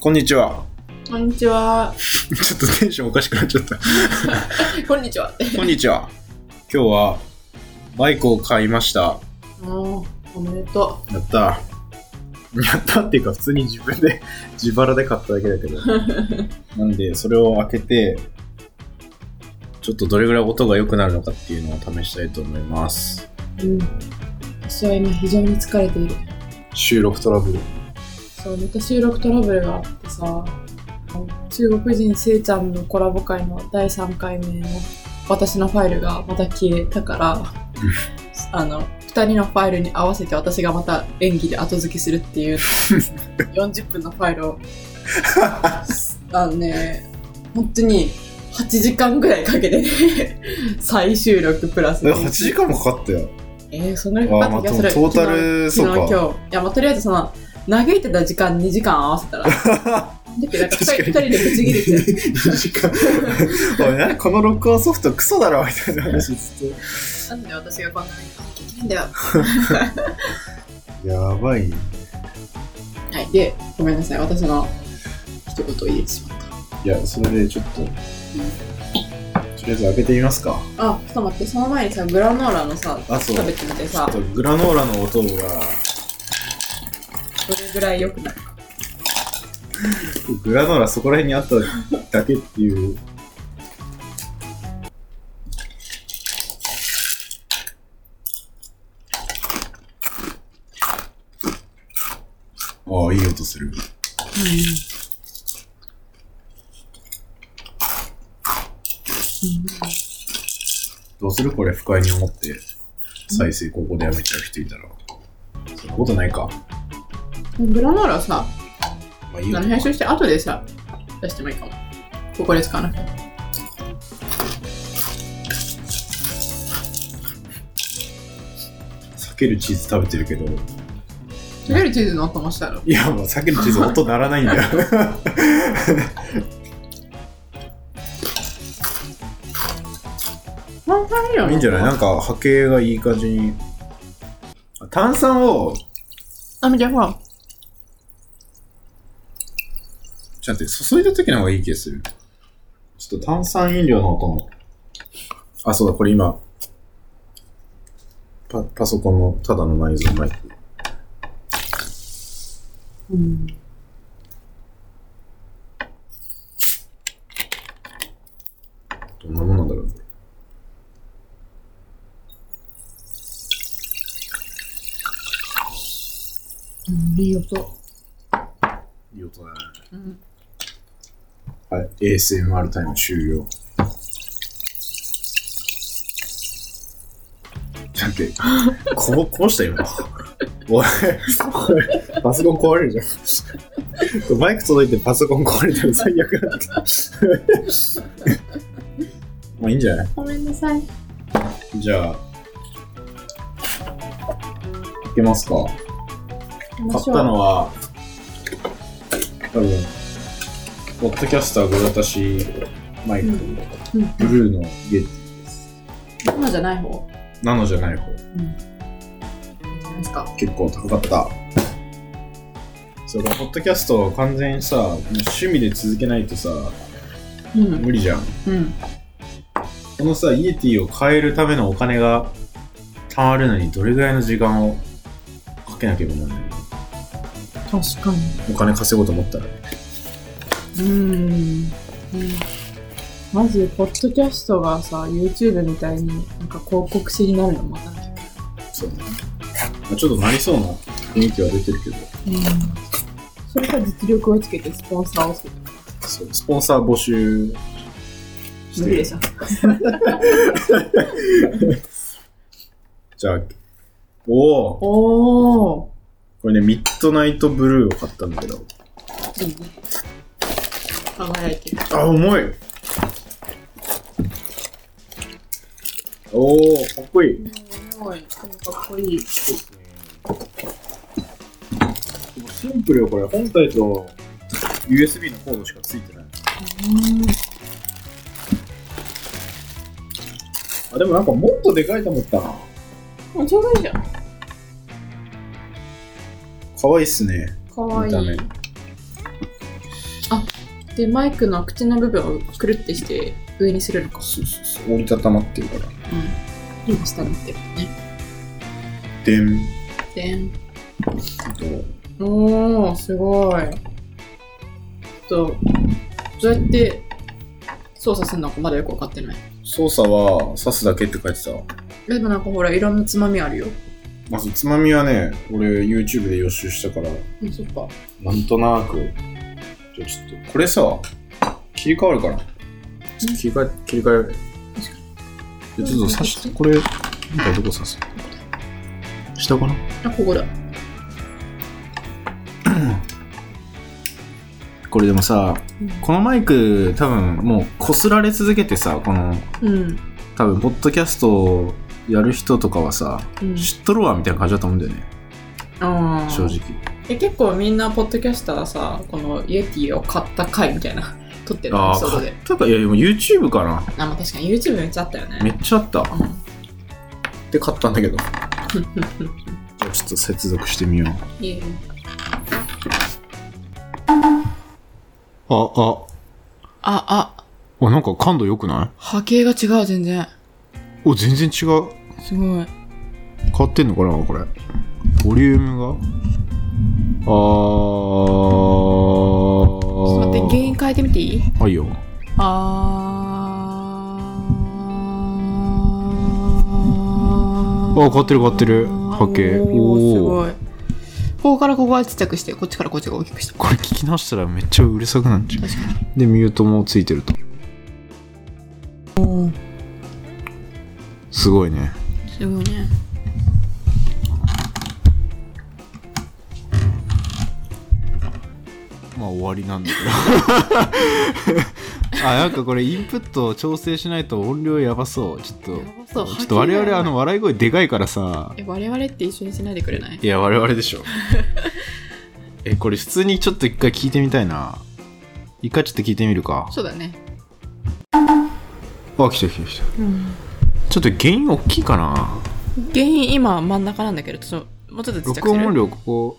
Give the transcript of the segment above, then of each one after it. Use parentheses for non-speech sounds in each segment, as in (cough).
こんにちは。こんにちは。ちょっとテンションおかしくなっちゃった。こんにちは (laughs) って。こんにちは。今日はバイクを買いました。おーおめでとやった。やったっていうか、普通に自分で (laughs) 自腹で買っただけだけど。なんで、それを開けて、ちょっとどれぐらい音が良くなるのかっていうのを試したいと思います。う。うん。私は今非常に疲れている。収録トラブル。そう、また収録トラブルがあってさ、中国人せいちゃんのコラボ会の第3回目の私のファイルがまた消えたから、あの、2人のファイルに合わせて私がまた演技で後付けするって (laughs) いう40分のファイルを、あのね、本当に8時間ぐらいかけてね、再収録プラス。え、8時間もかかったよ。えー、そんなにかかった気がする。あーまあトータル昨日、そ昨うか日今日。いや、まあ、とりあえずその、嘆いてた時間2時間合わせ (laughs) たら。だけど、なんか確か2に人でぶち切れ (laughs) て。 2時間。おい、なこの録音ソフトクソだろみたいな話ずっと。なんで私がこんなにできないんだよ。はやばいね。い。で、ごめんなさい。私の一言を言えてしまっいや、それでちょっと、とりあえず開けてみますか。た。あ、ちょっと待って、その前にさ、グラノーラのさ、あそう食べてみてちょさっ、とグラノーラの音が、どれぐらい良くなるか。グラノーラそこら辺にあっただけっていう。ああ、いい音する。どうするこれ不快に思って再生ここでやめちゃう人いたら。そんなことないか。うん。グラノーラさ、まあいいあよの。編集して後でさ、出してもいいかも。ここで使わなくても。避けるチーズ食べてるけど、とりあえずチーズの音もしたら。いや、もう避けるチーズ音鳴らないんだよ。 (laughs) いいんじゃない (laughs) なんか波形がいい感じに。炭酸を、あ、みちゃん、ほら。ちょっと待って、注いだ時の方がいい気がする。ちょっと炭酸飲料の音も。あ、そうだ、これ今、パ、パソコンのただの内蔵マイク。うん。どんなもんなんだろうね。うん、いい音。いい音だね。うん。はい、ASMR タイム終了。ちょっと待って、こぼ、こぼした今。おい、これパソコン壊れるじゃん。これマイク届いてパソコン壊れたら最悪なんだけど。まあいいんじゃないごめんなさい。じゃあ、いけますか。買買ったのは、多分、ポッドキャスターごろたしマイク、うんうんブルーのゲッティです。今じゃない方ナノじゃない方、じゃないですか。結構高かった。そうだ、ポッドキャストを完全にさ、もう趣味で続けないとさ、うん。無理じゃん。うん。このさ、イエティを買えるためのお金が貯まるのにどれぐらいの時間をかけなければならないの確かお金稼ごうと思ったら。に。うん。まず、ポッドキャストがさ、YouTube みたいになんか広告誌になるのまたね。そうね。まあちょっとなりそうな雰囲気は出てるけど。うん。それから実力をつけてスポンサーをつけて。そうスポンサー募集して無理でしょ。じゃあ、おおおー。これね、ミッドナイトブルーを買ったんだけど。いいね。輝いてる。あ、重いおおかっこいい。すごい。かっこいい。でもシンプルよ、これ。本体と USB のコードしかついてない。あ、でもなんかもっとでかいと思ったな。うん。ちょうどいいじゃん。かわいいっすね。かわいい。見た目で、マイクの口の部分をくるってして上にするのか。そうそうそう。折りたたまってるから。うん。今下になってるもんね。でん。でん。とおー、すごい。ちょっと、どうやって操作するのかまだよくわかってない。操作は刺すだけって書いてたわ。でもなんかほら、いろんなつまみあるよ。まずつまみはね、俺 YouTube で予習したから、うん、そっか。なんとなく。じゃあちょっと、これさ、切り替わるから。ちょっと切り替え、切り替えよう。にでちょっと刺して、これ、今回どこ刺す下かなあ、ここだ。これでもさ、うんこのマイク多分もうこすられ続けてさ、このうん。多分ポッドキャストをやる人とかはさ、うん、知っとるわみたいな感じだと思うんだよね、あー正直。え結構みんなポッドキャスターさこのイエティを買った回みたいな撮ってるエあピソあ、ード買でったか、いやでも YouTube かな。あまあ確かに YouTube めっちゃあったよめねっちゃあった。で買ったんだ (laughs) けど。じうんゃあちょっと接続してみよう。いえいえあ、あ、あああ、なんか感度良くな波形が違う全然いお、全然違う。すごい変わってんのかなこれ。ボリュームがあちょっと待って原ー。因変えてみていいあ、いいよ。ああ、変わってる変わってる。波形。おーすい。ごいここからここはちっちゃくしてこっちからこっちが大きくしたこれ聞き直したらめっちゃうるさくなっちゃ確かう。で、ミュートもついてると。におーすごいね。すごいねまあ終わりなんだけ (laughs) ど。あ、なんかこれインプットを調整しないと音量やばそう。ちょっと。ちそょうっと我々あの笑い声でかいからさ。え我々って一緒にしないでくれないいや、我々でし (laughs) ょ。え、これ普通にちょっと一回聞いてみたいな。一回ちょっと聞いてみるか。そうだねあ、来た来た来た。うんちょっと原因大きいかな。原因今真ん中なんだけどちょっともうちょっとちっちゃく録す音音る量ここ。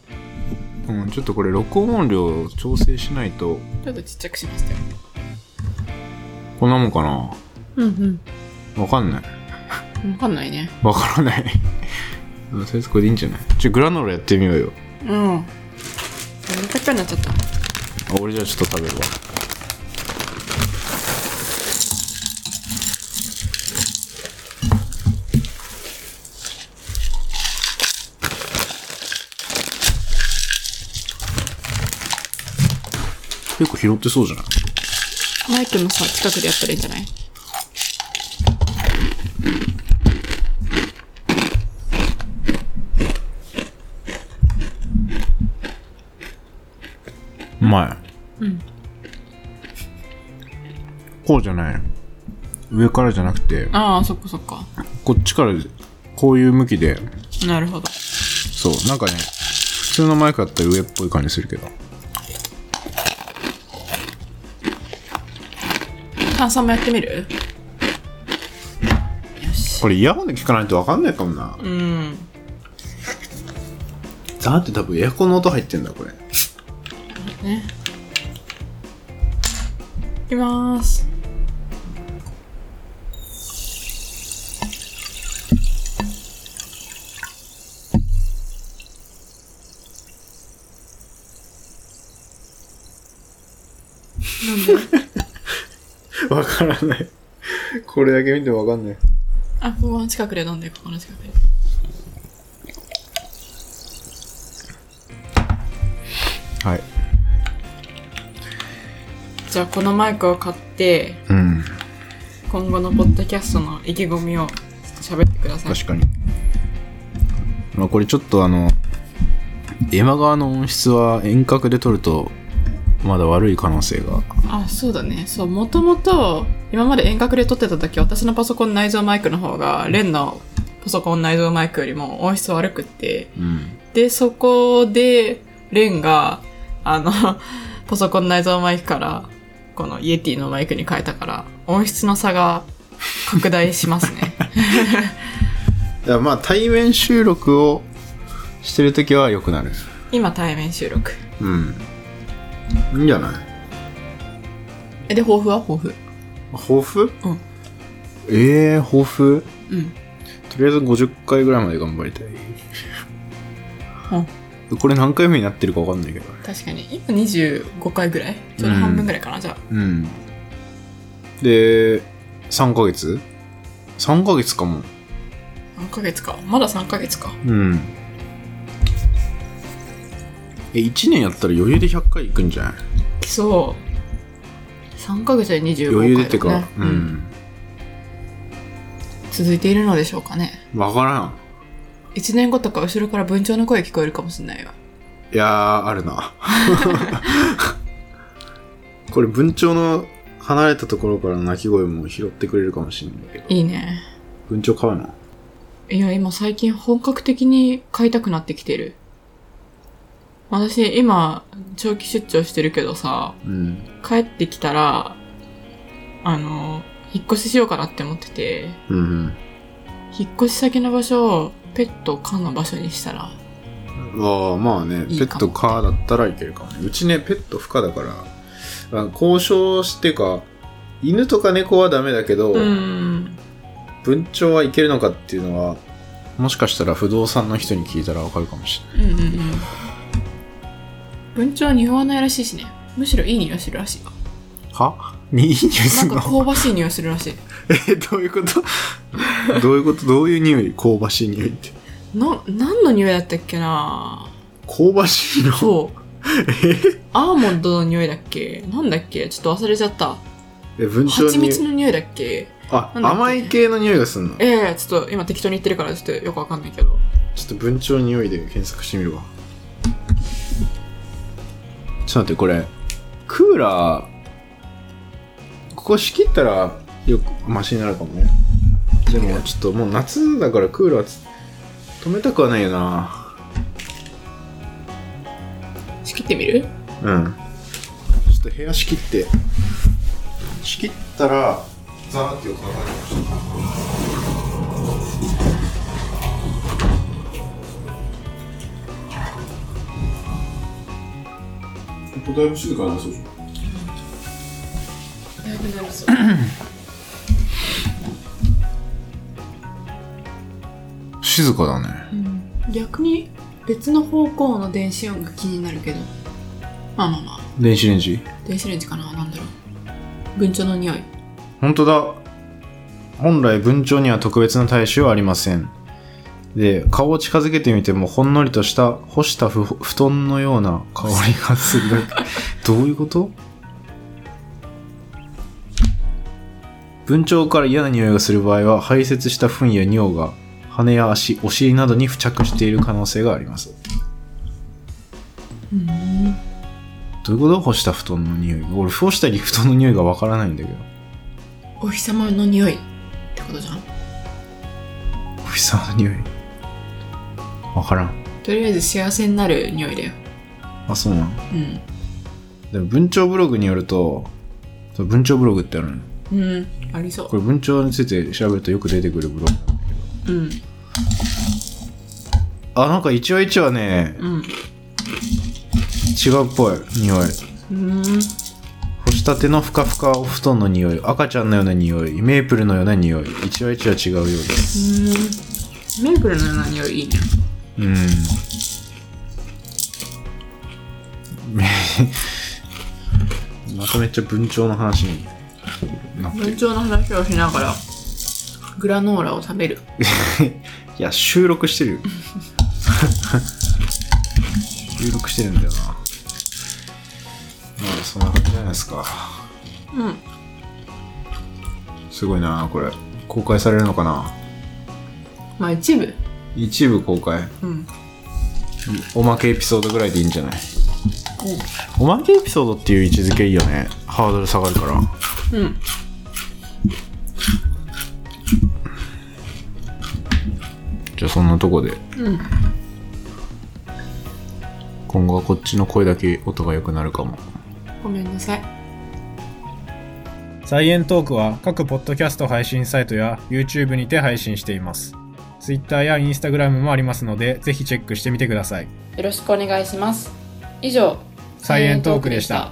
うん、ちょっとこれ録音音量を調整しないと、ちょっとちっちゃくしましたよこんなもんかな。うんわかんない。うん分かんないねわからない。 (laughs) うんとりあえずこれでいいんじゃないちょ、グラノーラやってみようよ。うんめちゃくちゃになっちゃったあ、俺じゃあちょっと食べるわ。結構拾ってそうじゃないマイクのさ近くでやったらいいんじゃない前こうじゃない上からじゃなくてああそっかそっかこっちからこういう向きでなるほどそうなんかね普通のマイクだったら上っぽい感じするけど炭酸もやってみるよしこれイヤホンで聞かないと分かんないかもなうんだって多分エアコンの音入ってんだ (laughs) これねいきまーす分からないこれだけ見ても分かんないあここの近くで飲んでここの近くではいじゃあこのマイクを買ってうん今後のポッドキャストの意気込みを喋ってください。確かに、まあ、これちょっとあの山側の音質は遠隔で撮るとまだ悪い可能性があ、そうだね。そう、もともと今まで遠隔で撮ってた時、私のパソコン内蔵マイクの方が、レンのパソコン内蔵マイクよりも音質悪くって、うんで、そこで、レンが、あの、 (laughs) パソコン内蔵マイクから、このイエティのマイクに変えたから、音質の差が拡大します (laughs) ね。だからまあ対面収録をしてるときは良くなる今対面収録。うんいいんじゃないえ、で、抱負は抱負。抱負うんええー、抱負うん。とりあえず50回ぐらいまで頑張りたい。これ何回目になってるかわかんないけどね。確かに。今25回ぐらいちょうど半分ぐらいかな、じゃあ。うん。で、3ヶ月 ?3 ヶ月かも。何ヶ月か。まだ3ヶ月か。うん。え、1年やったら余裕で100回いくんじゃないそう。3ヶ月で25回、ね。余裕でってか、ううん。ん。続いているのでしょうかね。わからん。 1年後とか後ろから文鳥の声聞こえるかもしれないよ。いやー、あるな。 (laughs) これ、文鳥の離れたところからの鳴き声も拾ってくれるかもしれないけど。いいね。文鳥買うな。いや、今最近本格的に飼いたくなってきてる。私、今、長期出張してるけどさ、うん。帰ってきたら、あの、引っ越ししようかなって思ってて、うんうん。引っ越し先の場所をペットを飼うの場所にしたら、ああ、まあね、いいペかもット可だったらいけるかもね。うちね、ペット不可だから、あ交渉してか、犬とか猫はダメだけど、うん。文鳥はいけるのかっていうのは、もしかしたら不動産の人に聞いたらわかるかもしれない。うんうんうん。文鳥は匂わないらしいしね。むしろいい匂いするらしいよ。 (laughs) はにいい匂いなすんんのか香ばしい匂いするらしい。え、どういうことどういうことどういう匂い香ばしい匂いって。な、何の匂いだったっけな香ばしいのそう。アーモンドの匂いだっけなんだっけちょっと忘れちゃった。え、文鳥蜂に。蜜の匂いだっけあ、なんだっけ甘い系の匂いがすんの。ちょええちょっと今適当に言ってるからちょっとよくわかんないけど。っと文鳥匂いで検索してみるわ。ちょっと待って、これ、クーラー、ここ仕切ったら、よく、マシになるかもね。でも、ちょっともう夏だからクーラーつ止めたくはないよな。仕切ってみるうん。ちょっと部屋仕切って、仕切ったら、ザーってよくかかるかもしれないここだいぶ静かなそうでしょだいぶなりそう。静かだねうん、逆に別の方向の電子音が気になるけど。まあまあまあ。電子レンジ電子レンジかななんだろう。文鳥の匂い。本当だ本来文鳥には特別な体臭はありませんで顔を近づけてみてもほんのりとした干したふ布団のような香りがするだ (laughs) けどういうこと文鳥から嫌な匂いがする場合は排泄した糞や尿が羽や足お尻などに付着している可能性がありますうん。どういうこと干した布団の匂い俺干したり布団の匂いがわからないんだけどお日様の匂いってことじゃん。お日様の匂いわからんとりあえず幸せになる匂いだよ。あそうなんうん。でも文鳥ブログによるとそう文鳥ブログってあるのようん。ありそこれ文鳥について調べるとよく出てくるブログう。うん。あなんか一話一話ねうん。違うっぽい匂いうん。干したてのふかふかお布団の匂い赤ちゃんのような匂いメープルのような匂い一話一話違うようですうん。メープルのような匂いいいね。うん (laughs) めまためっちゃ文鳥の話になって文鳥の話をしながら、グラノーラを食べる。 (laughs) いや、収録してるよ。 (laughs) 収録してるんだよな。まあ、そんな感じじゃないですか。うん。すごいな、これ。公開されるのかなまあ一部。一部公開。うん。おまけエピソードぐらいでいいんじゃないおまけエピソードっていう位置づけいいよね。ハードル下がるから。うん。じゃあ、そんなとこで。うん。今後はこっちの声だけ音が良くなるかも。ごめんなさい。サイエントークは各ポッドキャスト配信サイトや YouTube にて配信しています。Twitter や Instagram もありますので、ぜひチェックしてみてください。よろしくお願いします。以上、サイエントークでした。